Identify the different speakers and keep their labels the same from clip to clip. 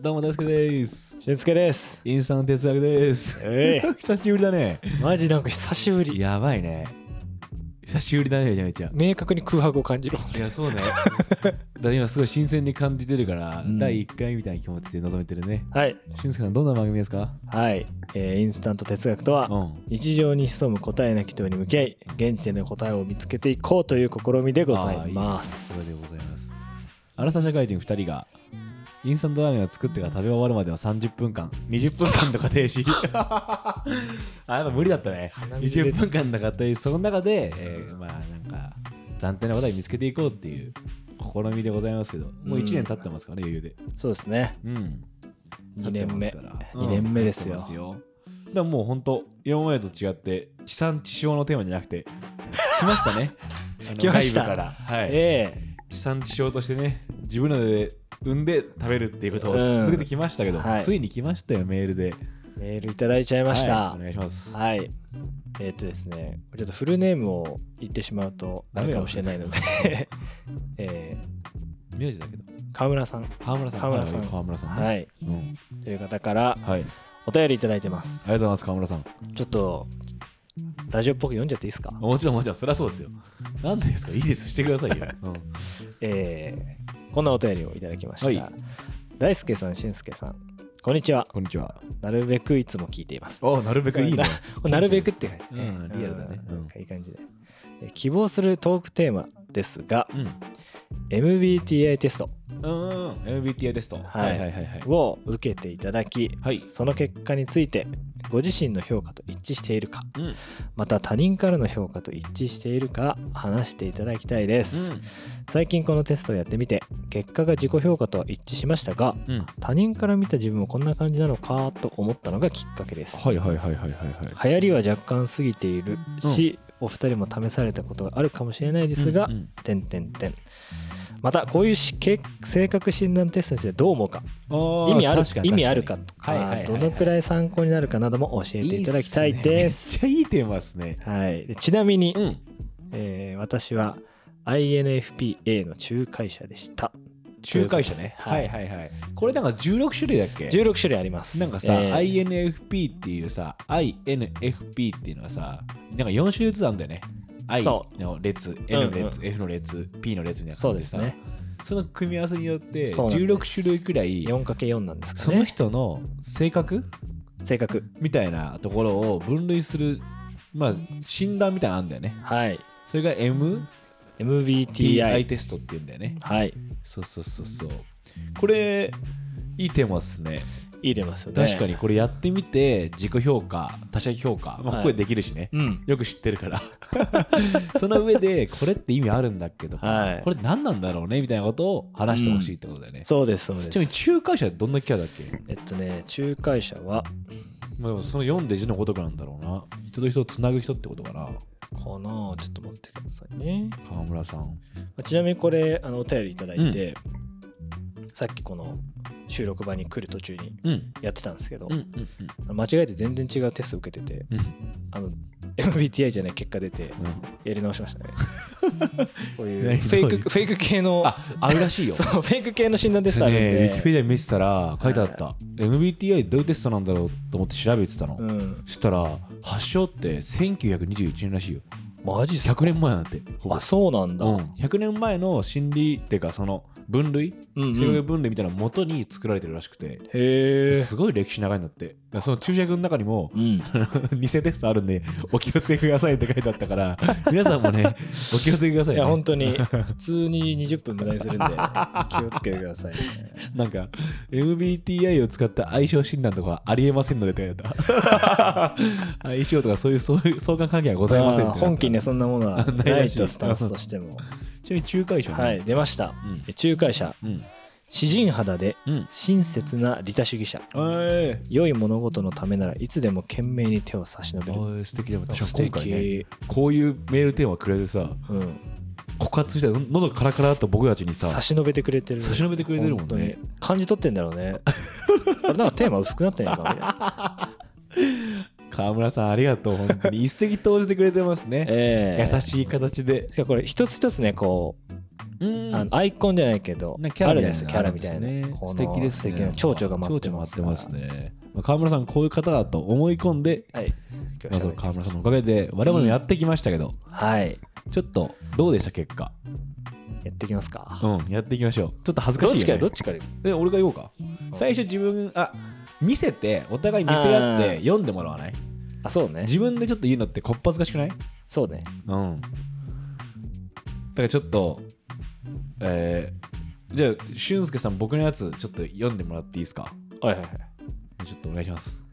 Speaker 1: どうも大輔です。
Speaker 2: 俊介です。
Speaker 1: インスタの哲学です。
Speaker 2: え
Speaker 1: 久しぶりだね。
Speaker 2: マジなんか久しぶり。
Speaker 1: やばいね。久しぶりだね、めちゃめちゃ。
Speaker 2: 明確に空白を感じる。
Speaker 1: いや、そうね。 だから今すごい新鮮に感じてるから、
Speaker 2: うん
Speaker 1: 第1回みたいな気持ちで臨めてるね。
Speaker 2: はい。
Speaker 1: 俊介さん、どんな番組ですか
Speaker 2: はい、えーインスタント哲学とは、
Speaker 1: うん。
Speaker 2: 日常に潜む答えなき問いに向き合い、現地での答えを見つけていこうという試みでございま
Speaker 1: それ
Speaker 2: す。
Speaker 1: でございます。アラサ社会人2人が、インスタントラーメンを作ってから食べ終わるまでは30分間、20分間とか停止。 あ、やっぱ無理だったね。
Speaker 2: 鼻水出
Speaker 1: 20
Speaker 2: て
Speaker 1: 分間のかったりその中で、えーまあなんか暫定の答え見つけていこうっていう試みでございますけどもう1年経ってますからね余裕で
Speaker 2: そうですね。
Speaker 1: うん
Speaker 2: 2年目。
Speaker 1: 経ってますから
Speaker 2: 2年目ですよ
Speaker 1: うん経ってまだからもうほんと今までと違って地産地消のテーマじゃなくて来ま したねあの
Speaker 2: 来ました
Speaker 1: 外部から、はい
Speaker 2: え
Speaker 1: 地産地消としてね自分らで産んで食べるっていうことを
Speaker 2: うん
Speaker 1: 続けてきましたけど、
Speaker 2: はい
Speaker 1: ついに来ましたよメールで
Speaker 2: ーメールいただいちゃいました。
Speaker 1: はい、お
Speaker 2: はい。
Speaker 1: 願いします
Speaker 2: えっ、とですね、ちょっとフルネームを言ってしまうと、
Speaker 1: ダ
Speaker 2: ダ
Speaker 1: メ
Speaker 2: メ
Speaker 1: よ
Speaker 2: かもしれないので、 え
Speaker 1: 名字だけど
Speaker 2: ー、河村さん。
Speaker 1: 川村さん
Speaker 2: 川村さん
Speaker 1: はい川村さんね
Speaker 2: はい。
Speaker 1: うん
Speaker 2: という方から、
Speaker 1: はい、あり
Speaker 2: お便りいただいてます。
Speaker 1: がとうございます、河村さん。
Speaker 2: ちょっとラジオっぽく読んじゃっていいですか、
Speaker 1: もちろん、もちろん、そりゃそうですよ。なんでですか、いいです、してくださ いよ。うん、
Speaker 2: えーこんなお便りをいただきました、
Speaker 1: はい
Speaker 2: 大輔さん俊介さんこんにちは
Speaker 1: こんにちは。
Speaker 2: なるべくいつも聞いています
Speaker 1: おなるべくいいね。
Speaker 2: ななるべくって感
Speaker 1: う
Speaker 2: じ、
Speaker 1: んリアルだねうん
Speaker 2: なんかいい感じで、えー希望するトークテーマですが
Speaker 1: うん。
Speaker 2: MBTI テスト
Speaker 1: うんうん、MBTI テスト。
Speaker 2: はい
Speaker 1: はいはいはい。
Speaker 2: を受けていただき
Speaker 1: はい。
Speaker 2: その結果についてご自身の評価と一致しているか
Speaker 1: うん。うん。
Speaker 2: また他人からの評価と一致しているか話していただきたいです、最近このテストをやってみて結果が自己評価とは一致しましたが
Speaker 1: うん。
Speaker 2: 他人から見た自分もこんな感じなのかと思ったのがきっかけです、
Speaker 1: はいはいはいはいはいはい。
Speaker 2: 流行りは若干過ぎているし、お二人も試されたことがあるかもしれないですが、
Speaker 1: うんうん
Speaker 2: 点点点またこういうしけ性格診断テストについてどう思うか
Speaker 1: あー
Speaker 2: 意味ある
Speaker 1: 確かに
Speaker 2: 意味あるかとか、
Speaker 1: はいはいはいはい
Speaker 2: どのくらい参考になるかなども教えていただきたいで
Speaker 1: めっ
Speaker 2: す
Speaker 1: ちゃいいテーマですね。
Speaker 2: はい、でちなみに、
Speaker 1: うん。
Speaker 2: えー私は INFPA の仲介者でした
Speaker 1: 仲介者ね。
Speaker 2: はい
Speaker 1: はいはい。これなんか16種類だっけ
Speaker 2: 16種類あります
Speaker 1: なんかさ、
Speaker 2: えー
Speaker 1: INFP っていうさ INFP っていうのはさなんか4種類ずつあるんだよね I
Speaker 2: そ
Speaker 1: の列 N の列、
Speaker 2: うんうん
Speaker 1: F の列 P の列みたいな
Speaker 2: そ
Speaker 1: 感
Speaker 2: う
Speaker 1: じで
Speaker 2: です
Speaker 1: さ
Speaker 2: ね
Speaker 1: その組み合わせによって
Speaker 2: そうなんです
Speaker 1: 16種類くらい
Speaker 2: 4×4 なんですか
Speaker 1: その
Speaker 2: ね
Speaker 1: 人の性格
Speaker 2: 性格
Speaker 1: みたいなところを分類するまあ診断みたいなのあるんだよね
Speaker 2: はい
Speaker 1: それが MTI
Speaker 2: MBTI
Speaker 1: テストって言うんだよね
Speaker 2: はい
Speaker 1: そうそうそうそうこれいいテーマですね
Speaker 2: いい出ますよね
Speaker 1: 確かにこれやってみて自己評価他者評価、まあ、
Speaker 2: はい
Speaker 1: ここでできるしね、
Speaker 2: うん
Speaker 1: よく知ってるから その上でこれって意味あるんだっけど、
Speaker 2: はい
Speaker 1: これ何なんだろうねみたいなことを話してほしいってことだよね、
Speaker 2: そうですそうで
Speaker 1: ちなみ
Speaker 2: す
Speaker 1: に仲介者ってどんなキャラだっけ、
Speaker 2: えっとね仲介者は
Speaker 1: まあ、でもその読んで字のごとくなんだろうな人と人をつなぐ人ってことかな
Speaker 2: このちょっと持ってくださいね、
Speaker 1: 川村さん
Speaker 2: まあちなみにこれあのお便りいただいて、さっきこの収録場に来る途中に
Speaker 1: うん
Speaker 2: やってたんですけど、
Speaker 1: うんうん
Speaker 2: 間違えて全然違うテスト受けてて
Speaker 1: うん
Speaker 2: あの MBTI じゃない結果出て
Speaker 1: うん
Speaker 2: やり直しました ねこうい
Speaker 1: 何
Speaker 2: うフェイ
Speaker 1: どういう
Speaker 2: クフェイク系の
Speaker 1: ああるらしいよ
Speaker 2: そうフェイク系の診断テストあるん
Speaker 1: ねウィキペデ
Speaker 2: で、
Speaker 1: ィア見せたら書いてあった、MBTI どういうテストなんだろうと思って調べてたの、
Speaker 2: うん、
Speaker 1: そしたら発祥って1921年らしいよ
Speaker 2: マジっすか
Speaker 1: 100年前なんてほぼ
Speaker 2: あそうなんだ、
Speaker 1: うん、100年前の心理っていうかその分類
Speaker 2: うんうん
Speaker 1: 性格分類みたいなのを元に作られてるらしくて、
Speaker 2: へえ、
Speaker 1: すごい歴史長いんだってだからその注釈の中に も
Speaker 2: うん、
Speaker 1: 偽テストあるんでお気をつけくださいって書いてあったから皆さんもねお気をつけください,、
Speaker 2: い
Speaker 1: ね、
Speaker 2: や本当に普通に20分無駄にするんで 気をつけてください、
Speaker 1: なんか MBTI を使った相性診断とかはありえませんのでって書いてあった 相性とかそういうそういう相関関係はございません
Speaker 2: あ
Speaker 1: っ
Speaker 2: ー
Speaker 1: て書いてあった
Speaker 2: 本気ねそんなものは
Speaker 1: ないら
Speaker 2: な
Speaker 1: しい
Speaker 2: いとスタンスとしても
Speaker 1: ちなみに仲介者ね
Speaker 2: はい出ました、
Speaker 1: うん
Speaker 2: 仲介者
Speaker 1: うん
Speaker 2: 詩人肌で
Speaker 1: うん
Speaker 2: 親切な利他主義者
Speaker 1: え
Speaker 2: 良い物事のためならいつでも懸命に手を差し伸べる
Speaker 1: ー、素敵だもん確かに
Speaker 2: 素
Speaker 1: 今回ね
Speaker 2: 敵、
Speaker 1: こういうメールテーマくれてさ
Speaker 2: うん、
Speaker 1: 枯渇しての喉カラカラだった僕たちに
Speaker 2: 差
Speaker 1: さ
Speaker 2: し伸べてくれてる
Speaker 1: 差し伸べてくれてるもん
Speaker 2: 本当に
Speaker 1: ね
Speaker 2: 感じ取ってんだろ うねあれなんかテーマ薄くなってんやか
Speaker 1: 川村さんありがとう本当に一石投じてくれてますね
Speaker 2: ええ
Speaker 1: 優しい形で
Speaker 2: しかもこれ一つ一つねこう
Speaker 1: うん
Speaker 2: あのアイコンじゃないけど、
Speaker 1: ね
Speaker 2: あるですキャラみ
Speaker 1: みた
Speaker 2: た
Speaker 1: い
Speaker 2: い
Speaker 1: な
Speaker 2: な、
Speaker 1: のがあるん
Speaker 2: この
Speaker 1: 素敵ですね。
Speaker 2: 素敵な蝶々が待ってますから
Speaker 1: 蝶々待ってますね。まあ川村さん、こういう方だと思い込んで、
Speaker 2: はい今
Speaker 1: ま
Speaker 2: 日
Speaker 1: あ、そ
Speaker 2: 喋
Speaker 1: の
Speaker 2: って
Speaker 1: 川村さんのおかげで、我々もやってきましたけど、
Speaker 2: はい
Speaker 1: ちょっと、どうでした、結果。
Speaker 2: やっていきますか、
Speaker 1: うん、やっていきましょう。ちょっと恥ず
Speaker 2: どっ
Speaker 1: かし
Speaker 2: ち
Speaker 1: いよ、
Speaker 2: から
Speaker 1: ね。
Speaker 2: どっちから
Speaker 1: で俺が言おうか。最初、自分、あ見せて、お互い見せ合っ
Speaker 2: あ
Speaker 1: て
Speaker 2: ー
Speaker 1: 読んでもらわない
Speaker 2: あそうね
Speaker 1: 自分でちょっと言うのってこっぱずかしくない
Speaker 2: そうね
Speaker 1: うん。だからちょっと、えー、じゃあ、俊介さん、僕のやつ、ちょっと読んでもらっていいですか
Speaker 2: はいはいはい
Speaker 1: ちょっとお願いします。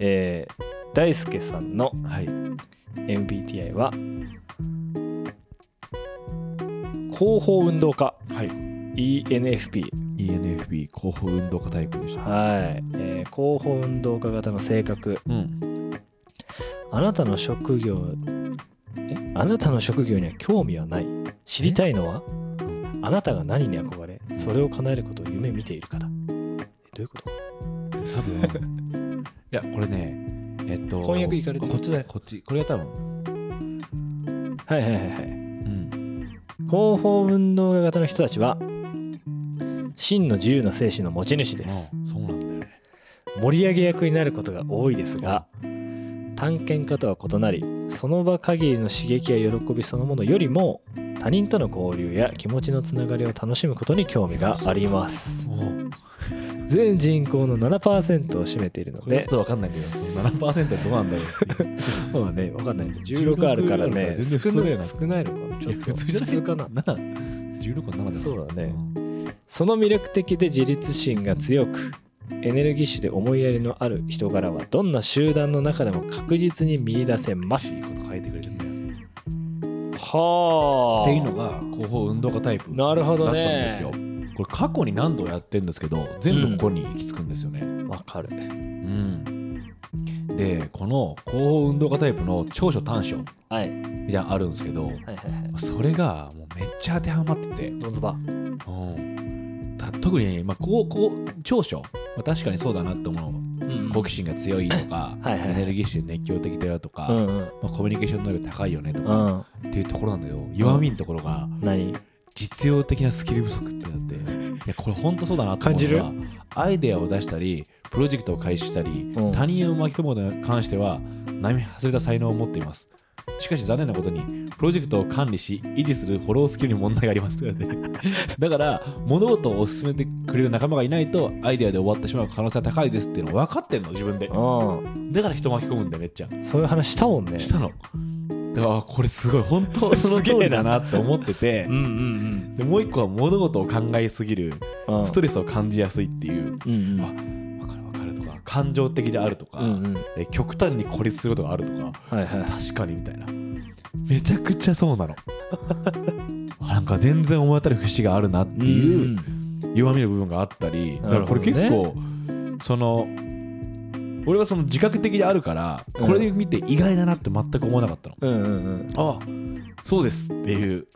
Speaker 2: えー大輔さんの
Speaker 1: はい。
Speaker 2: MBTI は広報運動家
Speaker 1: はい。
Speaker 2: ENFP
Speaker 1: ENFP 広報運動家タイプでした。
Speaker 2: はい、えー広報運動家型の性格
Speaker 1: うん。
Speaker 2: あなたの職業えあなたの職業には興味はない知りたいのはあなたが何に憧れそれを叶えることを夢見ているかだえどういうことか
Speaker 1: 多分 いや、これね、えっと、
Speaker 2: 翻訳行かれてる
Speaker 1: こっちだよ、こっち。これが多分。
Speaker 2: はいはいはいはい
Speaker 1: うん。
Speaker 2: 広報運動家型の人たちは真の自由な精神の持ち主です
Speaker 1: うんそうなんだよね。
Speaker 2: 盛り上げ役になることが多いですが探検家とは異なりその場限りの刺激や喜びそのものよりも他人との交流や気持ちのつながりを楽しむことに興味があります
Speaker 1: もう、
Speaker 2: 全人口の7%を占めているの
Speaker 1: これ
Speaker 2: で
Speaker 1: ちょっとわかんないけど、その7%はどうなんだろうっていう
Speaker 2: まあね分かんないんで16あるか
Speaker 1: 16あ
Speaker 2: ら
Speaker 1: るから
Speaker 2: ね
Speaker 1: 全然普通だよな
Speaker 2: 少ない少ないのかなちょ っ
Speaker 1: いや
Speaker 2: と
Speaker 1: 普通じゃない
Speaker 2: 普通かな
Speaker 1: な16か7じゃないですか
Speaker 2: そうだねその魅力的で自立心が強くエネルギッシュで思いやりのある人柄はどんな集団の中でも確実に見出せます
Speaker 1: いいこと書いてくれてんだよ。
Speaker 2: は
Speaker 1: っていうのが広報運動家タイプだっ
Speaker 2: なるほ
Speaker 1: た
Speaker 2: ど
Speaker 1: ん
Speaker 2: ね
Speaker 1: ですよ。これ過去に何度やってんですけど全部ここに行き着くんですよね。
Speaker 2: わかる
Speaker 1: うんでこの広報運動家タイプの長所短所み
Speaker 2: はい
Speaker 1: たいなのあるんですけど
Speaker 2: はいはいはい
Speaker 1: それがもうめっちゃ当てはまってて、
Speaker 2: ドズバ
Speaker 1: うんた特にね、まあ、こうこう長所、まあ、確かにそうだなって思う
Speaker 2: うん
Speaker 1: 好奇心が強いとか
Speaker 2: はいはいはい
Speaker 1: エネルギッシュで熱狂的だよとか、
Speaker 2: うんうん
Speaker 1: まあ、コミュニケーション能力高いよねと
Speaker 2: う
Speaker 1: か、
Speaker 2: ん
Speaker 1: っていうところなんだけど弱みのところが。
Speaker 2: 何
Speaker 1: 実用的なスキル不足ってなっていやこれ本当そうだなと思うのが
Speaker 2: 感
Speaker 1: アイデアを出したりプロジェクトを開始したり、
Speaker 2: うん
Speaker 1: 他人を巻き込むことに関しては並外れた才能を持っていますしかし残念なことにプロジェクトを管理し維持するフォロースキルに問題がありますとかね だから物事を進めてくれる仲間がいないとアイデアで終わってしまう可能性が高いですっていうのを分かってんの自分で
Speaker 2: う
Speaker 1: だから人巻き込むんだよめっちゃ
Speaker 2: んそういう話したもんね
Speaker 1: したのだからあこれすごい本当その通りだなって思ってて
Speaker 2: うんうん
Speaker 1: でもう一個は物事を考えすぎる
Speaker 2: うんうん
Speaker 1: ストレスを感じやすいっていう、
Speaker 2: うん
Speaker 1: あ分かる分かるとか感情的であるとか、
Speaker 2: うんうん
Speaker 1: え極端に孤立することがあるとか
Speaker 2: はいは
Speaker 1: 確かにみたいなめちゃくちゃそうなの あなんか全然思い当たる節があるなっ
Speaker 2: い
Speaker 1: ていううん弱みの部分があったり、だからこれ結
Speaker 2: なる
Speaker 1: 構、その俺はその自覚的であるからこれで見て意外だなって全く思わなかったの、
Speaker 2: うんうんうん
Speaker 1: あそうですっていう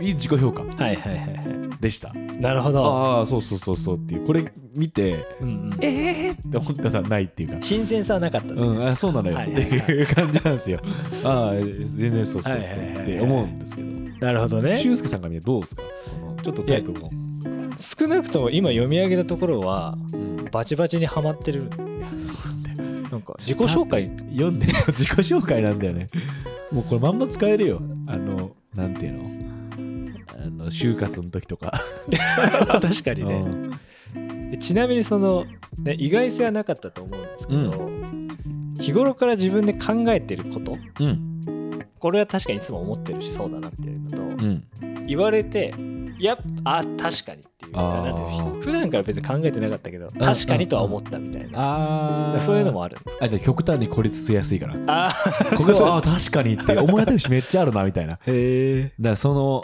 Speaker 1: いい自己評価
Speaker 2: はいはいはいは
Speaker 1: でした
Speaker 2: いなるほど
Speaker 1: ああそうそうそうそうっていうこれ見て
Speaker 2: うんうん
Speaker 1: ええー、って思ったのはないっていうか
Speaker 2: 新鮮さはなかったね
Speaker 1: うんあそうなのよっ
Speaker 2: は
Speaker 1: て
Speaker 2: いはいはい
Speaker 1: いう感じなんです よああ全然そうそう
Speaker 2: はいは
Speaker 1: そう
Speaker 2: いはいはい
Speaker 1: って思うんですけど
Speaker 2: なるほどね
Speaker 1: 俊介さんから見てどうですかこのちょっとタイプも
Speaker 2: 少なくとも今読み上げたところは
Speaker 1: うん
Speaker 2: バチバチにはまってる
Speaker 1: いやそうなんだよ
Speaker 2: な んか自己紹介
Speaker 1: 読んでるよ 自己紹介なんだよねもうこれまんま使えるよあのなんていうのあの就活の時とか、
Speaker 2: 確かに
Speaker 1: う
Speaker 2: ね
Speaker 1: ん
Speaker 2: ちなみにその、ね、意外性はなかったと思うんですけど、日頃から自分で考えてること
Speaker 1: うん
Speaker 2: これは確かにいつも思ってるしそうだなっていうのと、
Speaker 1: うん
Speaker 2: 言われていやあ確かにっていう
Speaker 1: あー
Speaker 2: なんていうの普段から別に考えてなかったけど確かにとは思ったみたいな、
Speaker 1: ああ
Speaker 2: そういうのもあるんですか
Speaker 1: あじゃあ極端に孤立しやすい から
Speaker 2: あ
Speaker 1: ここああ確かに って思い当たるしめっちゃあるなみたいなだか
Speaker 2: へえ
Speaker 1: らその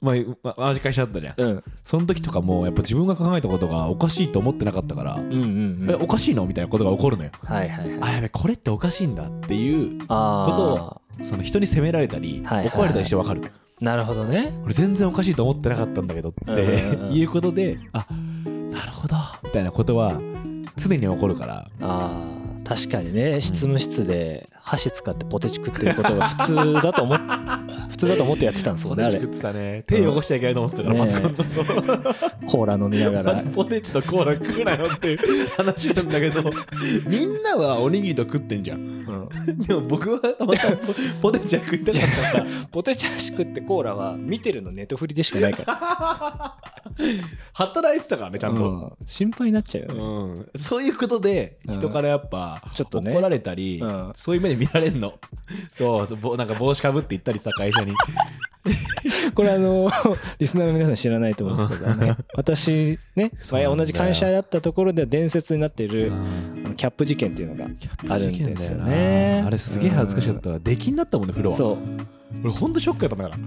Speaker 1: まあまあ同じ会社だったじゃん
Speaker 2: うん
Speaker 1: その時とかもやっぱ自分が考えたことがおかしいと思ってなかったから、
Speaker 2: うんうん、う
Speaker 1: え
Speaker 2: ん、
Speaker 1: おかしいのみたいなことが起こるのよ
Speaker 2: はいはいは
Speaker 1: あ
Speaker 2: い
Speaker 1: やべこれっておかしいんだっていう
Speaker 2: あ
Speaker 1: その人に責められたり、
Speaker 2: はいはいはい
Speaker 1: 怒られたりしてわかる
Speaker 2: あなるほどね
Speaker 1: 俺全然おかしいと思ってなかったんだけどって、
Speaker 2: うんうんう ん
Speaker 1: いうことであなるほどみたいなことは常に起こるから
Speaker 2: あー確かにね執務室で箸使ってポテチ食ってることが普通だと 思っ普通だと思ってやってたんですもんねあれ
Speaker 1: ポテチ食ってたね手汚しちゃいけないと思ってたから、
Speaker 2: ね
Speaker 1: ま
Speaker 2: え
Speaker 1: ず今度そう
Speaker 2: コーラ飲 みなが
Speaker 1: ま
Speaker 2: ら
Speaker 1: ずポテチとコーラ食うなよっていう話なんだ けどみんなはおにぎりと食ってんじゃん
Speaker 2: うん
Speaker 1: でも僕はまたポポテチは食いたかったから
Speaker 2: ポテチ箸食ってコーラは見てるのネトフリでしかないから
Speaker 1: 働いてたからねちゃんと、
Speaker 2: うん心配になっちゃうよね
Speaker 1: うん、そういうことで
Speaker 2: うん
Speaker 1: 人からやっぱ、
Speaker 2: ちょっとね
Speaker 1: 怒られたり、
Speaker 2: うん
Speaker 1: そういう目で見られんの そうそうぼなんか帽子かぶって行ったりさ会社に
Speaker 2: これあのリスナーの皆さん知らないと思うんですけど、 ね、私ね
Speaker 1: そうなんだよ
Speaker 2: 前同じ会社だったところで伝説になっている
Speaker 1: うん
Speaker 2: あのキャップ事件っていうのがあるんです
Speaker 1: 事件
Speaker 2: よ
Speaker 1: だよ
Speaker 2: ね
Speaker 1: なあれすげえ恥ずかしかったわ出禁になったもんね風呂は
Speaker 2: そう
Speaker 1: 俺ほんとショックやったんだから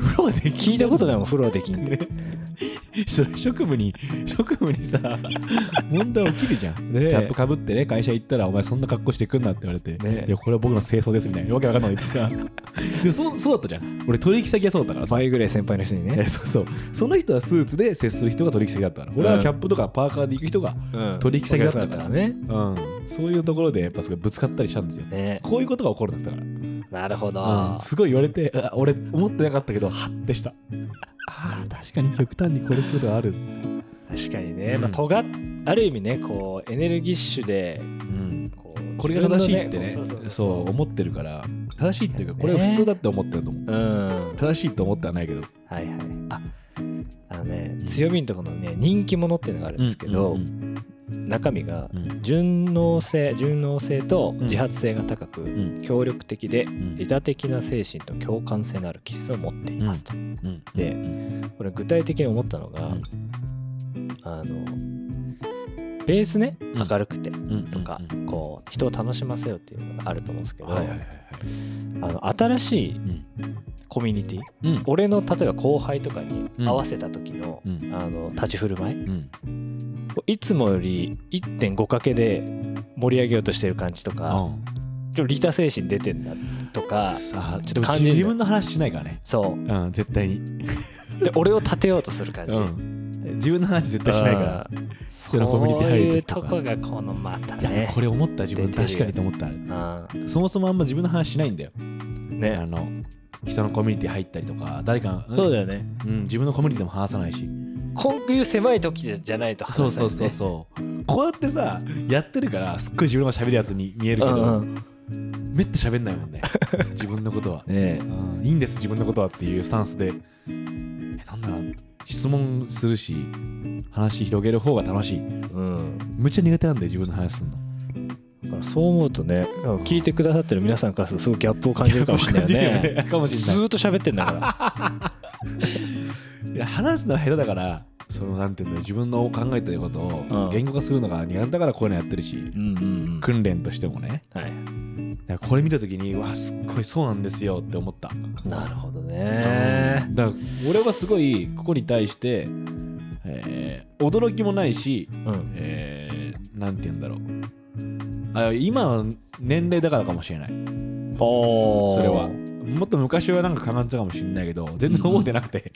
Speaker 1: 風呂は出禁
Speaker 2: 聞いたことないもん風呂はできんって
Speaker 1: それ職務に職務にさ問題起きるじゃん、
Speaker 2: ねえ
Speaker 1: キャップかぶってね会社行ったらお前そんな格好してくんなって言われて、
Speaker 2: ねえ
Speaker 1: いやこれは僕の清掃ですみたいなわけわかんないですが でそうそうだったじゃん俺取引先がそうだったからさ
Speaker 2: バイグレイ先輩の人に
Speaker 1: え
Speaker 2: ね、
Speaker 1: そうそうその人はスーツで接する人が取引先だったから俺はキャップとかパーカーで行く人が、
Speaker 2: うん
Speaker 1: 取引先だったから
Speaker 2: お客さんね
Speaker 1: うんそういうところでやっぱすごいぶつかったりしたんですよ
Speaker 2: ね
Speaker 1: こういうことが起こるんですだから、
Speaker 2: なるほど、
Speaker 1: うんすごい言われてあ俺思ってなかったけどハッてしたあー確かに極端にこれするのある、
Speaker 2: 確かにね、
Speaker 1: うん
Speaker 2: まあ尖っある意味ねこうエネルギッシュで
Speaker 1: うん、
Speaker 2: こう
Speaker 1: これが正しいってね
Speaker 2: 自分のこうそうそ
Speaker 1: そ
Speaker 2: うそう
Speaker 1: う思ってるから正しいっていうか
Speaker 2: 確
Speaker 1: こ
Speaker 2: かに
Speaker 1: れ
Speaker 2: ね
Speaker 1: は普通だって思ってると思う
Speaker 2: うん
Speaker 1: 正しいと思ってはないけど
Speaker 2: はいはいああのね強みのところのね人気者っていうのがあるんですけど、
Speaker 1: うん
Speaker 2: 中身が
Speaker 1: うん
Speaker 2: 順応性順応性と
Speaker 1: ん
Speaker 2: 自発性が高く、
Speaker 1: ん
Speaker 2: 協力的で
Speaker 1: うん
Speaker 2: 利他的な精神と共感性のある気質を持っていますと、
Speaker 1: うん
Speaker 2: で
Speaker 1: うん
Speaker 2: これ具体的に思ったのが、
Speaker 1: うん
Speaker 2: あのベースね
Speaker 1: うん
Speaker 2: 明るくて
Speaker 1: うん
Speaker 2: とか、
Speaker 1: うん
Speaker 2: こう人を楽しませようっていうのがあると思うんですけど、
Speaker 1: はいはいはい
Speaker 2: あの新しい
Speaker 1: ん
Speaker 2: コミュニティ、
Speaker 1: うん
Speaker 2: 俺の例えば後輩とかに
Speaker 1: うん
Speaker 2: 合わせた時の,、
Speaker 1: うん
Speaker 2: あの立ち振る舞い
Speaker 1: うん
Speaker 2: こういつもより1.5かけで盛り上げようとしてる感じとか、
Speaker 1: うん
Speaker 2: ちょっと利他精神出てんだとか
Speaker 1: さあ
Speaker 2: ち
Speaker 1: ちょっと
Speaker 2: ょっと感
Speaker 1: 感
Speaker 2: じる
Speaker 1: じ自分の話しないからね
Speaker 2: そ
Speaker 1: うん絶対に
Speaker 2: うで俺を立てようとする感じ、
Speaker 1: うん自分の話絶対しないから
Speaker 2: うんそ
Speaker 1: 人のコミュニティ
Speaker 2: う
Speaker 1: 入
Speaker 2: いう
Speaker 1: る時
Speaker 2: と
Speaker 1: とか
Speaker 2: こがこのまた
Speaker 1: いや、
Speaker 2: ね
Speaker 1: これ思った自分
Speaker 2: 出てる
Speaker 1: 確かにと思った
Speaker 2: う
Speaker 1: そもそもあんま自分の話しないんだよ
Speaker 2: ん
Speaker 1: あ
Speaker 2: ね
Speaker 1: の人のコミュニティ入ったりとか誰かん
Speaker 2: そうだよね
Speaker 1: うん自分のコミュニティでも話さないし
Speaker 2: こういう狭い時じゃないと話せ
Speaker 1: そ
Speaker 2: な
Speaker 1: う
Speaker 2: い、ね、
Speaker 1: そうそうそうこうやってさやってるからすっごい自分が喋るやつに見えるけ
Speaker 2: うんう
Speaker 1: ど
Speaker 2: んね
Speaker 1: めった喋んないも んね自分のことは
Speaker 2: え
Speaker 1: うんいいんです自分のことはっていうスタンスでえなんだろう質問するし話広げる方が楽しい
Speaker 2: うん
Speaker 1: むっちゃ苦手なんだよ自分の話すんの
Speaker 2: だからそう思うとね多分聞いてくださってる皆さんからするとすごいギャップを感じるかもしれないよね
Speaker 1: ね。かもしれ
Speaker 2: ず
Speaker 1: な
Speaker 2: ーっと喋ってんだ か
Speaker 1: いいや。話すのは下手だから、そのなんていうんだろう自分の考えてること
Speaker 2: うん
Speaker 1: を言語化するのが苦手だからこういうのやってるし、
Speaker 2: らうんうん
Speaker 1: 訓練としてもね。
Speaker 2: うんはい
Speaker 1: だからこれ見たときに、わあ、すっごいそうなんですよって思った。
Speaker 2: なるほどね。
Speaker 1: だから俺はすごいここに対して、えー驚きもないし、
Speaker 2: うん。
Speaker 1: えーなんて言うんだろう。あ今の年齢だからかもしれない。
Speaker 2: おー
Speaker 1: それはもっと昔はなんか考えてたかもしれないけど全然覚えてなく て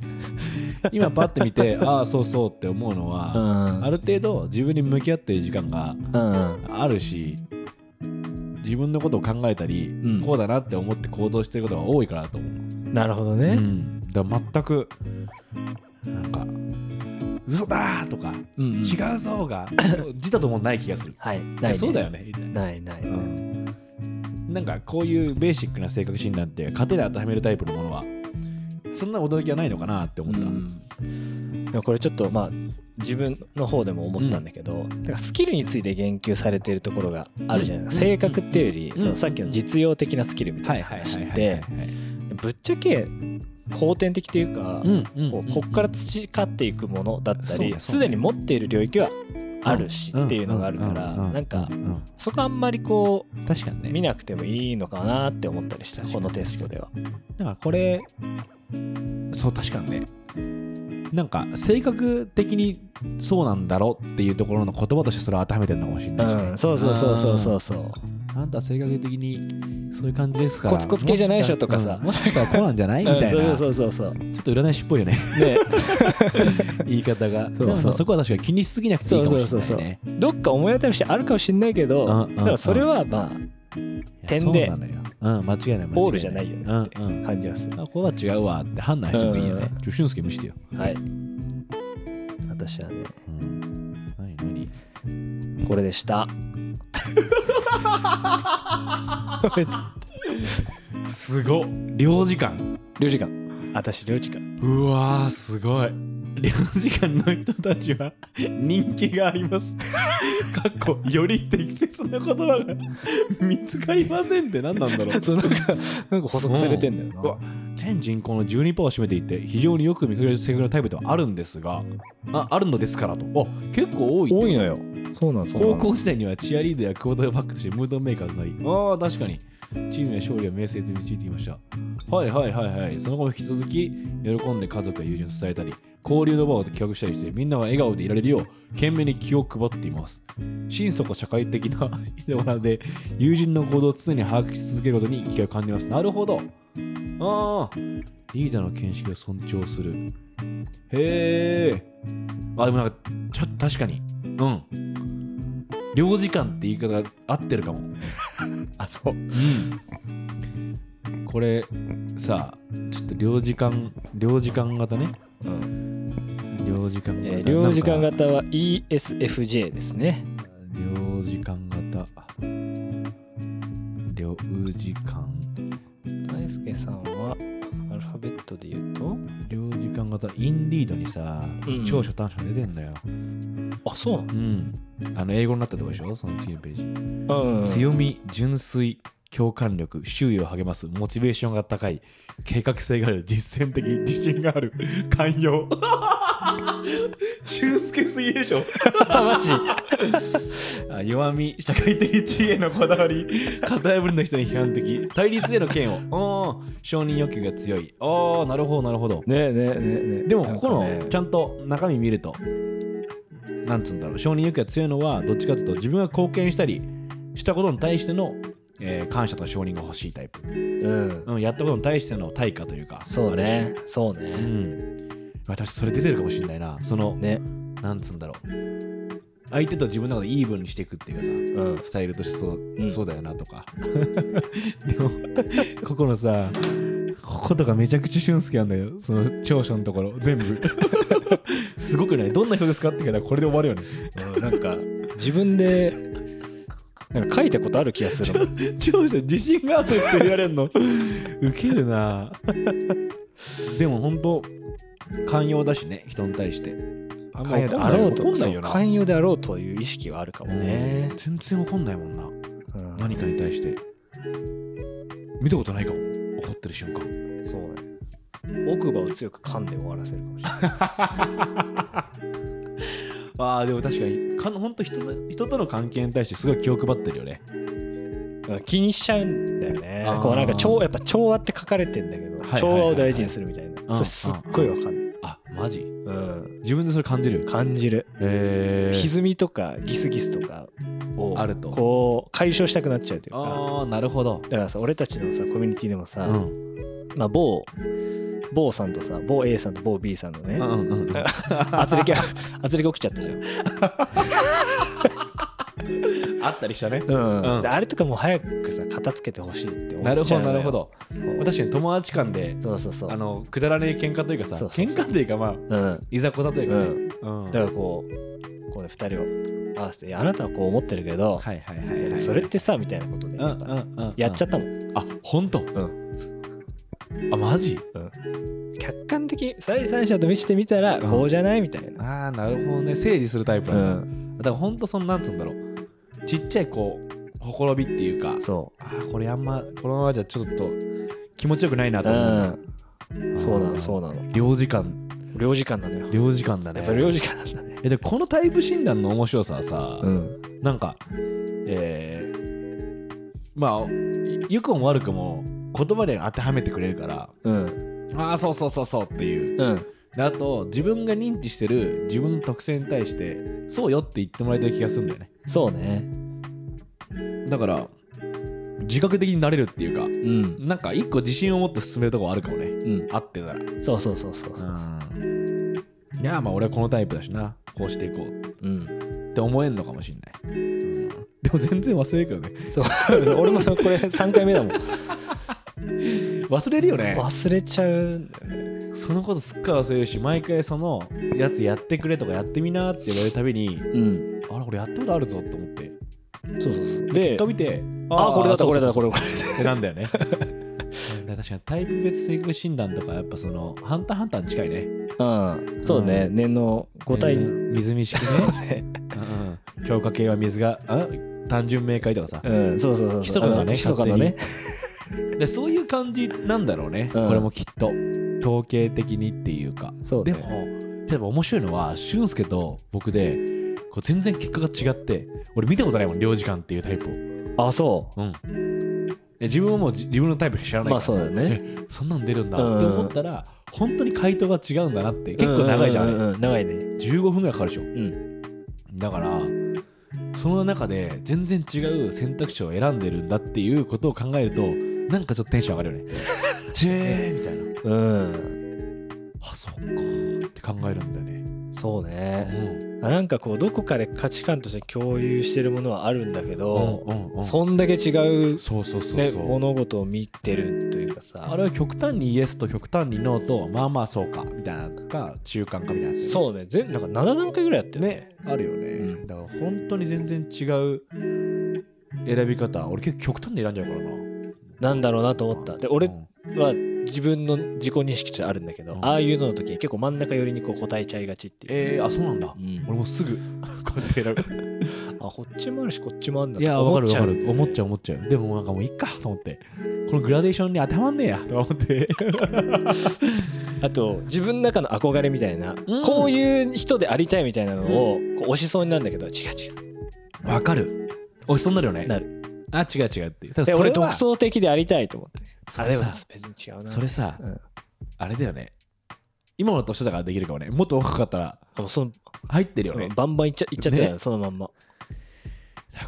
Speaker 1: 今パッて見てああそうそうって思うの
Speaker 2: う
Speaker 1: は、
Speaker 2: ん。
Speaker 1: ある程度自分に向き合ってる時間が
Speaker 2: うん。
Speaker 1: あるし自分のことを考えたり、
Speaker 2: ん
Speaker 1: こうだなって思って行動してることが多いからだと思う、
Speaker 2: なるほどね
Speaker 1: う。んだから全くなんか嘘だーとか、
Speaker 2: うんうん
Speaker 1: 違うぞー が自他ともない気がする
Speaker 2: はい。ないね。
Speaker 1: そうだよねみたいな
Speaker 2: ないない。
Speaker 1: なんかこういうベーシックな性格診断って型で当てはめるタイプのものはそんな驚きはないのかなって思
Speaker 2: う
Speaker 1: った、
Speaker 2: ん。でもこれちょっとまあ自分の方でも思ったんだけど、だからスキルについて言及されているところがあるじゃないですか。
Speaker 1: うん
Speaker 2: 性格っていうより、
Speaker 1: ん
Speaker 2: そのさっきの実用的なスキルみたいな話で、ぶっちゃけ後天的というか。こうこっから培っていくものだった
Speaker 1: そう
Speaker 2: り
Speaker 1: だそう
Speaker 2: す
Speaker 1: だ
Speaker 2: でに持っている領域はあるしっていうのがあるからなんかそこあんまりこう
Speaker 1: 確かにね
Speaker 2: 見なくてもいいのかなって思ったりした
Speaker 1: 確
Speaker 2: こ
Speaker 1: かに
Speaker 2: のテストでは。
Speaker 1: だからこれそう確かにねなんか性格的にそうなんだろうっていうところの言葉としてそれを当てはめてるのかもしれ
Speaker 2: う
Speaker 1: ないしね、
Speaker 2: ん、そうそうそうそうそうそう
Speaker 1: あなたは性格的にそういう感じですから
Speaker 2: コツコツ系じゃないでしょとかさ
Speaker 1: もしかしたらうんもしかしたらこうなんじゃないみ
Speaker 2: うん
Speaker 1: たいな、
Speaker 2: そうそうそうそう
Speaker 1: ちょっと占い師っぽいよね
Speaker 2: ね
Speaker 1: 言い方が
Speaker 2: そうそう
Speaker 1: でもまあそこは確かに気にしすぎなくていいかもしれないね
Speaker 2: そうそうそうそうどっか思い当たるしあるかもしれないけど
Speaker 1: うんうんうん
Speaker 2: でもそれはまあ
Speaker 1: や
Speaker 2: 点で
Speaker 1: そうなのよ。うん、間違いない。間違いない
Speaker 2: オールじゃないよねって
Speaker 1: うんうん。
Speaker 2: 感じはする
Speaker 1: あ、ここは違うわって判断してもいいよね。ちょ、俊介見してよ。
Speaker 2: はい私はね
Speaker 1: うん。何何
Speaker 2: これでした
Speaker 1: すごっ領事館
Speaker 2: 領事館私領事館
Speaker 1: うわーすごい領事館の人たちは人気がありますかっこより適切な言葉が見つかりませんって何なんだろう
Speaker 2: そうなんかなんか補足されてんだよ
Speaker 1: うわ全人口の12%を占めていて非常によく見かけるセクシャルタイプではあるんですがああるのですからとあ結構多い
Speaker 2: な多いのよそうなんそうな
Speaker 1: 高
Speaker 2: の
Speaker 1: 校時代にはチアリーダーやクォーターバックとしてムードメーカーとなりああ確かにチームや勝利を名声と導いてきましたはいはいはいはいその後も引き続き喜んで家族や友人に伝えたり交流の場を企画したりしてみんなが笑顔でいられるよう懸命に気を配っています心底社会的な 人柄で友人の行動を常に把握し続けることに気が感じますなるほどああリーダーの見識を尊重するへえあでもなんかちょっと確かにうん領事館って言い方が合ってるかも、
Speaker 2: あそう
Speaker 1: これさちょっと領事館領事館型ね
Speaker 2: うん
Speaker 1: 領事館型、
Speaker 2: えー領事館
Speaker 1: なんか
Speaker 2: 型は ESFJ ですね
Speaker 1: 領事館型領事館
Speaker 2: 大輔さんはアルファベットで言うと
Speaker 1: 領事館型インディードにさ、
Speaker 2: うん
Speaker 1: 長所短所出てんだよ
Speaker 2: あそうな
Speaker 1: うんあの英語になったとこでしょその次のページ、
Speaker 2: のうん
Speaker 1: 強み純粋共感力周囲を励ますモチベーションが高い計画性がある実践的自信がある 寛容俊介すぎでしょ
Speaker 2: マジ
Speaker 1: あ弱み社会的地位へのこだわり型破りの人に批判的対立への嫌悪おー承認欲求が強いああなるほどなるほど
Speaker 2: ねえねえねえねえ
Speaker 1: でもここ
Speaker 2: なん
Speaker 1: の
Speaker 2: かね
Speaker 1: ちゃんと中身見るとなんつうんだろう承認欲求が強いのはどっちかというと自分が貢献したりしたことに対しての、えー感謝と承認が欲しいタイプ、
Speaker 2: う
Speaker 1: う
Speaker 2: ん
Speaker 1: ん、やったことに対しての対価というか
Speaker 2: そうねそう
Speaker 1: う
Speaker 2: ね
Speaker 1: ん私それ出てるかもしれないなその、
Speaker 2: ね
Speaker 1: なんつうんだろう相手と自分の中でイーブンにしていくっていうかさ
Speaker 2: うん
Speaker 1: スタイルとしてそう,、
Speaker 2: うん
Speaker 1: そうだよなとか でもここのさこことかめちゃくちゃ俊介なんだよその長所のところ全部 すごくないどんな人ですかって聞いたらこれで終わるよね
Speaker 2: なんか自分でなんか書いたことある気がするもん
Speaker 1: 長所自信があるって言われるのウケるなでも本当寛容だしね人に対してあんま
Speaker 2: 寛容で
Speaker 1: 怒ん
Speaker 2: あ
Speaker 1: ない
Speaker 2: ろ
Speaker 1: よ
Speaker 2: う
Speaker 1: 怒
Speaker 2: と
Speaker 1: んないよ
Speaker 2: そ
Speaker 1: な
Speaker 2: う寛容であろうという意識はあるかもね
Speaker 1: うん、全然怒んないもんな
Speaker 2: うん
Speaker 1: 何かに対して見たことないかも怒ってる瞬間
Speaker 2: そうね奥歯を強く噛んで終わらせるかもしれない
Speaker 1: ああでも確かにか本当人の人との関係に対してすごい気を配ってるよね
Speaker 2: 気にしちゃうんだよね
Speaker 1: あー
Speaker 2: こうなんか調やっぱ調和って書かれてんだけど、
Speaker 1: いはいはい
Speaker 2: 調和を大事にするみたいな、
Speaker 1: うん
Speaker 2: それすっごいわかんない、
Speaker 1: あマジ
Speaker 2: うん、
Speaker 1: 自分でそれ感じる
Speaker 2: 感じる、
Speaker 1: へえ
Speaker 2: 歪みとかギスギスとかを
Speaker 1: あると
Speaker 2: こう解消したくなっちゃうというか
Speaker 1: ああなるほど
Speaker 2: だからさ俺たちのさコミュニティでもさ、
Speaker 1: うん
Speaker 2: まあ、某某さんとさ某 A さんと某 B さんのね、
Speaker 1: うんうんうん あ
Speaker 2: 圧力圧力起きちゃったじゃん、
Speaker 1: ったりしたね
Speaker 2: うん
Speaker 1: うん
Speaker 2: であれとかもう早くさ片付けてほしいって 思
Speaker 1: なる
Speaker 2: っ
Speaker 1: ほ
Speaker 2: ちゃ
Speaker 1: ど
Speaker 2: うの
Speaker 1: な
Speaker 2: よ
Speaker 1: るほど確かに友達間で
Speaker 2: そうそうそう
Speaker 1: あのくだらねえ喧嘩というかさ
Speaker 2: そうそうそ
Speaker 1: 喧
Speaker 2: う
Speaker 1: 嘩というかまあ
Speaker 2: うん
Speaker 1: いざこざというかねうん
Speaker 2: だからこうこうね2人を合わせて「いやあなたはこう思ってるけど、
Speaker 1: はいはいはいはい
Speaker 2: それってさ」みたいなことで
Speaker 1: うん
Speaker 2: や
Speaker 1: う
Speaker 2: っ
Speaker 1: ん
Speaker 2: ぱ
Speaker 1: うん
Speaker 2: やっちゃ
Speaker 1: っ
Speaker 2: ったもん、
Speaker 1: あ本当
Speaker 2: ん
Speaker 1: あマジ
Speaker 2: 客観的第三者と見せてみたら
Speaker 1: うん
Speaker 2: こうじゃないみたいな、
Speaker 1: ああなるほどね整理するタイプ
Speaker 2: う
Speaker 1: なんだ
Speaker 2: ん
Speaker 1: だからほんとそのなんつうんだろうちっちゃいこうほころびっていうか
Speaker 2: そ
Speaker 1: あーこれあんまこのままじゃちょっと気持ちよくないな
Speaker 2: う、
Speaker 1: と思う、
Speaker 2: うん、そうなのそううなの
Speaker 1: 領事館
Speaker 2: 領事館なのよ
Speaker 1: 領事館だね
Speaker 2: やっぱ領事館なんだね
Speaker 1: えでこのタイプ診断の面白さはさ、
Speaker 2: うん
Speaker 1: なんかえーまあい良くも悪くも言葉で当てはめてくれるから
Speaker 2: うん
Speaker 1: ああそうそうそうそうっていう
Speaker 2: う
Speaker 1: で
Speaker 2: ん
Speaker 1: あと自分が認知してる自分の特性に対してそうよって言ってもらえてる気がするんだよね
Speaker 2: そうね
Speaker 1: だから自覚的になれるっていうか
Speaker 2: うん
Speaker 1: なんか一個自信を持って進めるとこあるかもね
Speaker 2: うん
Speaker 1: 合ってたらう
Speaker 2: そうそうそうそうそう、
Speaker 1: んいやまあ俺はこのタイプだしなこうしていこう
Speaker 2: うん
Speaker 1: って思えんのかもしんない、うんでも全然忘れるけどね。
Speaker 2: そうそう 俺もさこれ3回目だもん
Speaker 1: 忘れるよね。
Speaker 2: 忘れちゃうんだよね
Speaker 1: そのことすっかり忘れるし、毎回そのやつやってくれとかやってみなって言われるたびに、
Speaker 2: うん
Speaker 1: あれ、俺やったことあるぞと思って。
Speaker 2: そうそうそうで
Speaker 1: 一回見て、
Speaker 2: ああこれだったこれだったこれ
Speaker 1: っ
Speaker 2: これ
Speaker 1: てなんだ よね。うん確かにタイプ別性格診断とかやっぱそのハンターハンターに近いね。
Speaker 2: うんそうね
Speaker 1: う
Speaker 2: 念の五体
Speaker 1: えー水見式 ね。うんうん強化系は水が、あ単純明快とかさ。
Speaker 2: うんそうそうそう
Speaker 1: 密かなね
Speaker 2: ひそかなね
Speaker 1: でそういう感じなんだろうね、
Speaker 2: うん
Speaker 1: これもきっと統計的にっていうか
Speaker 2: そうね
Speaker 1: でも例えば面白いのは俊介と僕でこう全然結果が違って俺見たことないもん領事館っていうタイプを
Speaker 2: あそ
Speaker 1: うんえ自分はもうじ自分のタイプ知ら
Speaker 2: う
Speaker 1: ない
Speaker 2: ま
Speaker 1: か
Speaker 2: あ
Speaker 1: らさ、
Speaker 2: そうだよ ね
Speaker 1: えそんなん出るんだ
Speaker 2: うん
Speaker 1: って思ったら、本当に回答が違うんだなって結構長いじゃん,、
Speaker 2: ううううん長いね
Speaker 1: 15分ぐらいかかるでしょ
Speaker 2: うん
Speaker 1: だからその中で全然違う選択肢を選んでるんだっていうことを考えるとなんかちょっとテンション上がるよ ね。ジェーみたいな。
Speaker 2: うん
Speaker 1: あそっかーって考えるんだよね。
Speaker 2: そう
Speaker 1: う
Speaker 2: ね
Speaker 1: ん
Speaker 2: あなんかこうどこかで価値観として共有してるものはあるんだけど、
Speaker 1: うんうんうん
Speaker 2: そんだけ違う、
Speaker 1: そうそうそう
Speaker 2: ね、
Speaker 1: そう。
Speaker 2: 物事を見てるというかさ
Speaker 1: あれは極端にイエスと極端にノーとまあまあそうかみたいなのか中間かみたいなやつ
Speaker 2: そうね全なんか7段階ぐらいやってる
Speaker 1: ねあるよね、
Speaker 2: うん
Speaker 1: だから本当に全然違う選び方俺結構極端に選んじゃうからな
Speaker 2: なんだろうなと思ったで俺
Speaker 1: うん
Speaker 2: は自分の自己認識値あるんだけど、
Speaker 1: うん
Speaker 2: ああいうのの時に結構真ん中寄りにこう答えちゃいがちっていう、
Speaker 1: えー、あそうなんだ、
Speaker 2: うん
Speaker 1: 俺もうすぐこうやって選ぶ
Speaker 2: あこっちもあるしこっちもあるんだ
Speaker 1: いやわかるわかる思っ
Speaker 2: ゃ
Speaker 1: ちゃう思っちゃうでもなんかもういっかと思ってこのグラデーションに当てはまんねえやとか思って
Speaker 2: うあと自分の中の憧れみたいな、
Speaker 1: うん
Speaker 2: こういう人でありたいみたいなのをこう押しそうになるんだけど違う違 う
Speaker 1: わかるおいそうになるよね
Speaker 2: なる
Speaker 1: あ違う違うっていうただ
Speaker 2: で
Speaker 1: それ
Speaker 2: 俺
Speaker 1: は
Speaker 2: 独創的でありたいと思って
Speaker 1: そ
Speaker 2: あ
Speaker 1: れ
Speaker 2: れ
Speaker 1: さ
Speaker 2: は別に違うな
Speaker 1: それさ、
Speaker 2: うん
Speaker 1: あれだよね今の年だからできるかもねもっと若かったら
Speaker 2: あもうその
Speaker 1: 入ってるよね、
Speaker 2: バンバンいっちゃいっちゃってたよ
Speaker 1: ね
Speaker 2: そのまんま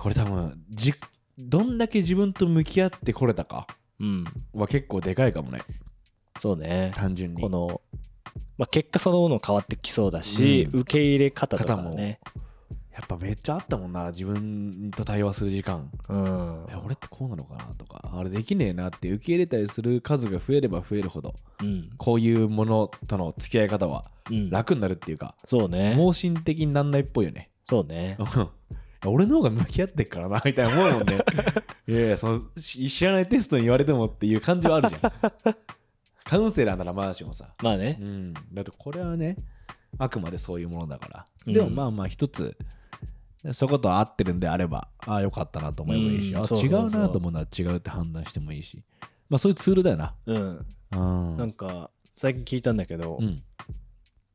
Speaker 1: これ多分じどんだけ自分と向き合ってこれたか
Speaker 2: うん
Speaker 1: は結構でかいかもね
Speaker 2: そうね
Speaker 1: 単純に
Speaker 2: この、まあ、結果そのもの変わってきそうだし、
Speaker 1: うん
Speaker 2: 受け入れ方とかもね
Speaker 1: やっぱめっちゃあったもんな自分と対話する時間
Speaker 2: うん
Speaker 1: いや俺ってこうなのかなとかあれできねえなって受け入れたりする数が増えれば増えるほど
Speaker 2: うん
Speaker 1: こういうものとの付き合い方は
Speaker 2: うん
Speaker 1: 楽になるっていうか、
Speaker 2: そうね
Speaker 1: 盲信的になんないっぽいよね
Speaker 2: そうね
Speaker 1: うん俺の方が向き合ってっからなみたいな思うもんねいやいやそのし知らないテストに言われてもっていう感じはあるじゃんカウンセラーならまだしもさ、
Speaker 2: まあ
Speaker 1: う
Speaker 2: ね
Speaker 1: ん、だってこれはねあくまでそういうものだから、
Speaker 2: うん
Speaker 1: でもまあまあ一つそういうことは合ってるんであればああよかったなと思えばいいし、
Speaker 2: うん
Speaker 1: あ
Speaker 2: そうそうそう
Speaker 1: 違うなと思うのは違うって判断してもいいしまあそういうツールだよな
Speaker 2: うん
Speaker 1: うん
Speaker 2: なんか最近聞いたんだけど、
Speaker 1: うん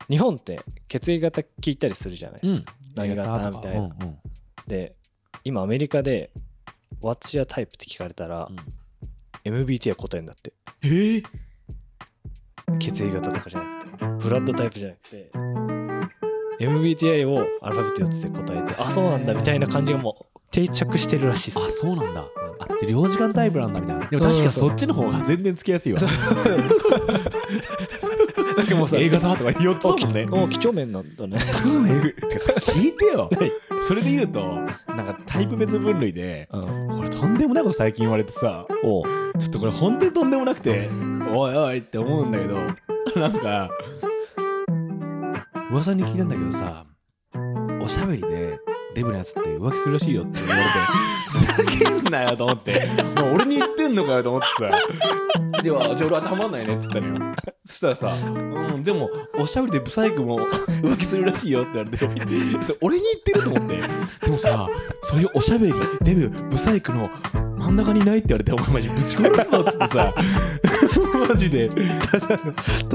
Speaker 2: 日本って血液型聞いたりするじゃないで
Speaker 1: う
Speaker 2: す
Speaker 1: ん
Speaker 2: か、何があったみたいな
Speaker 1: うんうん
Speaker 2: で今アメリカで「What's your type?」って聞かれたら、
Speaker 1: うん
Speaker 2: MBT は答えんだって
Speaker 1: えー
Speaker 2: 血液型とかじゃなくてブラッドタイプじゃなくて MBTI をアルファベット4つで答えてあそうなんだみたいな感じがもう定着してるらしいっ
Speaker 1: あ
Speaker 2: す
Speaker 1: そうなんだあじゃあ領事館タイプなんだみたいなでも確かに
Speaker 2: そうそうそう
Speaker 1: そっちの方が全然つきやす いわ
Speaker 2: なんかもうさ
Speaker 1: A 型とか4つだ
Speaker 2: おき
Speaker 1: もんね
Speaker 2: お几帳面なんだね
Speaker 1: 超えぐてかさ 聞いてよそれで言うとなんかタイプ別分類で
Speaker 2: うん
Speaker 1: これとんでもないこと最近言われてさ
Speaker 2: おう
Speaker 1: ちょっとこれ本当にとんでもなくておいおいって思うんだけど なんか噂に聞いたんだけどさおしゃべりでデブのやつって浮気するらしいよって 言われて叫んなよと思ってもう俺に言ってんのかよと思ってさではじゃあ俺当てはまんないねっつったのよ そしたらさ、うん、でもおしゃべりでブサイクも 浮気するらしいよって言われてそれ俺に言ってると思ってでもさそういうおしゃべりデブブサイクの真ん中にいないって言われてお前マジぶち殺すぞっつってさ マジで
Speaker 2: ただ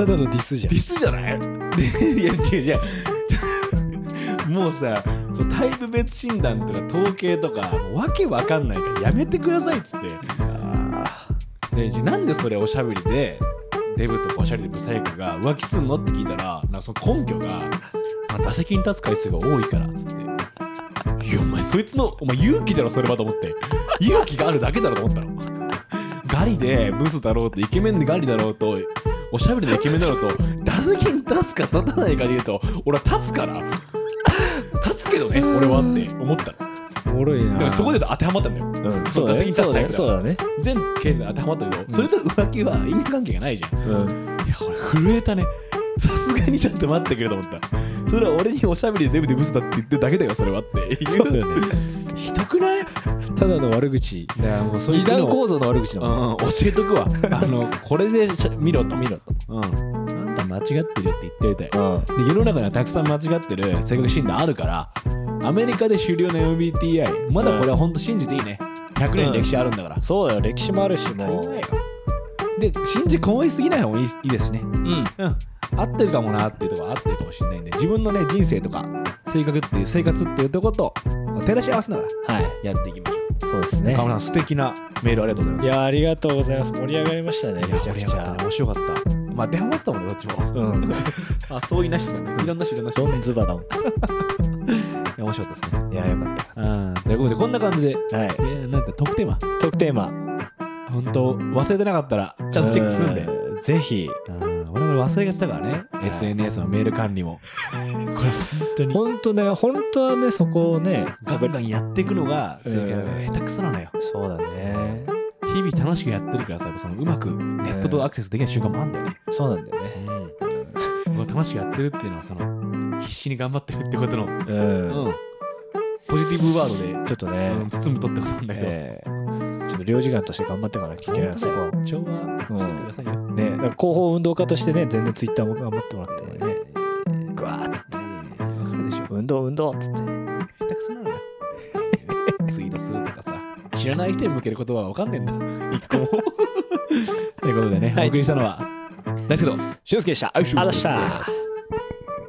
Speaker 2: のディスじゃ
Speaker 1: ディスじゃないでいや違う違うちょもうさそのタイプ別診断とか統計とかわけわかんないからやめてくださいっつってでじゃあなんでそれおしゃべりでデブとかおしゃれでブサイクが浮気すんのって聞いたらなんかその根拠が、まあ、打席に立つ回数が多いからっつっていやお前そいつのお前勇気だろそれはと思って勇気があるだけだろと思ったのガリでブスだろうとイケメンでガリだろうとおしゃべりでイケメンだろうと打席に立つか立たないかで言うと俺は立つから立つけどね俺はって思ったの
Speaker 2: おもろい
Speaker 1: だから
Speaker 2: な
Speaker 1: そこで当てはまったんだよ
Speaker 2: うん
Speaker 1: そ
Speaker 2: そうう
Speaker 1: だ
Speaker 2: だ
Speaker 1: ね
Speaker 2: ねそうだねそうだね
Speaker 1: 全経済当てはまったけど、それと浮気は因果関係がないじゃん
Speaker 2: うん
Speaker 1: いや俺震えたねさすがにちょっと待ってくれと思ったそれは俺におしゃべりでデブでブスだって言ってるだけだよそれはって言
Speaker 2: そうだよね
Speaker 1: ひどくない
Speaker 2: ただの悪口
Speaker 1: だからもうそ
Speaker 2: 二段
Speaker 1: うん
Speaker 2: 構造の悪口なの
Speaker 1: うん、教えと くわあのこれでしゃ見ろと
Speaker 2: 見ろと
Speaker 1: うんあんた間違ってるって言ってみたいで
Speaker 2: うん
Speaker 1: 世の中にはたくさん間違ってる性格診断あるからアメリカで終了の MBTI まだこれは本当信じていいね100年歴史あるんだから、
Speaker 2: そうだよ歴史もあるし
Speaker 1: 足り
Speaker 2: も
Speaker 1: ないうよで信じ込みすぎない方がいいいいですね
Speaker 2: うん
Speaker 1: うん、合ってるかもなっていうところは合ってるかもしれないんで自分のね人生とか性格っていう生活っていうとこと照らし合わせながら
Speaker 2: はい
Speaker 1: やっていきましょ
Speaker 2: そうです
Speaker 1: う
Speaker 2: ね
Speaker 1: 河村さん素敵なメールありがとうございます
Speaker 2: いやありがとうございます盛り上がりましたね
Speaker 1: いや
Speaker 2: めちゃくちゃ
Speaker 1: 面白かったね面白かったまあ出ハマってたもんねどっちも
Speaker 2: うん
Speaker 1: あそういなしとかねいろんな人いろんな人い
Speaker 2: ドンズバだもん
Speaker 1: や面白かったですね
Speaker 2: いやよかっ
Speaker 1: うんということでこんな感じで、
Speaker 2: たはい
Speaker 1: えーなんて特テーマ
Speaker 2: 特テーマ
Speaker 1: 本当忘れてなかったらちゃんとチェックするんで
Speaker 2: うぜひ
Speaker 1: うん俺も忘れがちだからね SNS のメール管理もこれ本当に
Speaker 2: 本当ね本当はねそこをね
Speaker 1: ガンガンやっていくのが正解なのよ下手くそなのよ
Speaker 2: そうだね
Speaker 1: 日々楽しくやってるからさやっぱそのうまくネットとアクセスできない瞬間もあるんだよね、
Speaker 2: そうなんだよね
Speaker 1: これ楽しくやってるっていうのはその必死に頑張ってるってことの、
Speaker 2: う、
Speaker 1: うんん、ポジティブワードで、
Speaker 2: ちょっとね、
Speaker 1: うん、包むとってことなんだけど、
Speaker 2: えーちょっと領事館として頑張っていかなきゃいけないなそこはね
Speaker 1: 調和してってくださいよ、
Speaker 2: だから広報運動家としてね全然ツイッターも頑張ってもらってねグワーっつって
Speaker 1: わかるでしょ
Speaker 2: 運動運動っつって
Speaker 1: 下手くそなの よツイートするとかさ知らない人に向ける言葉は分かんねえんだ一個も ということでね、
Speaker 2: はい
Speaker 1: お送りしたのは大輔と
Speaker 2: 俊介でしたありがとうございました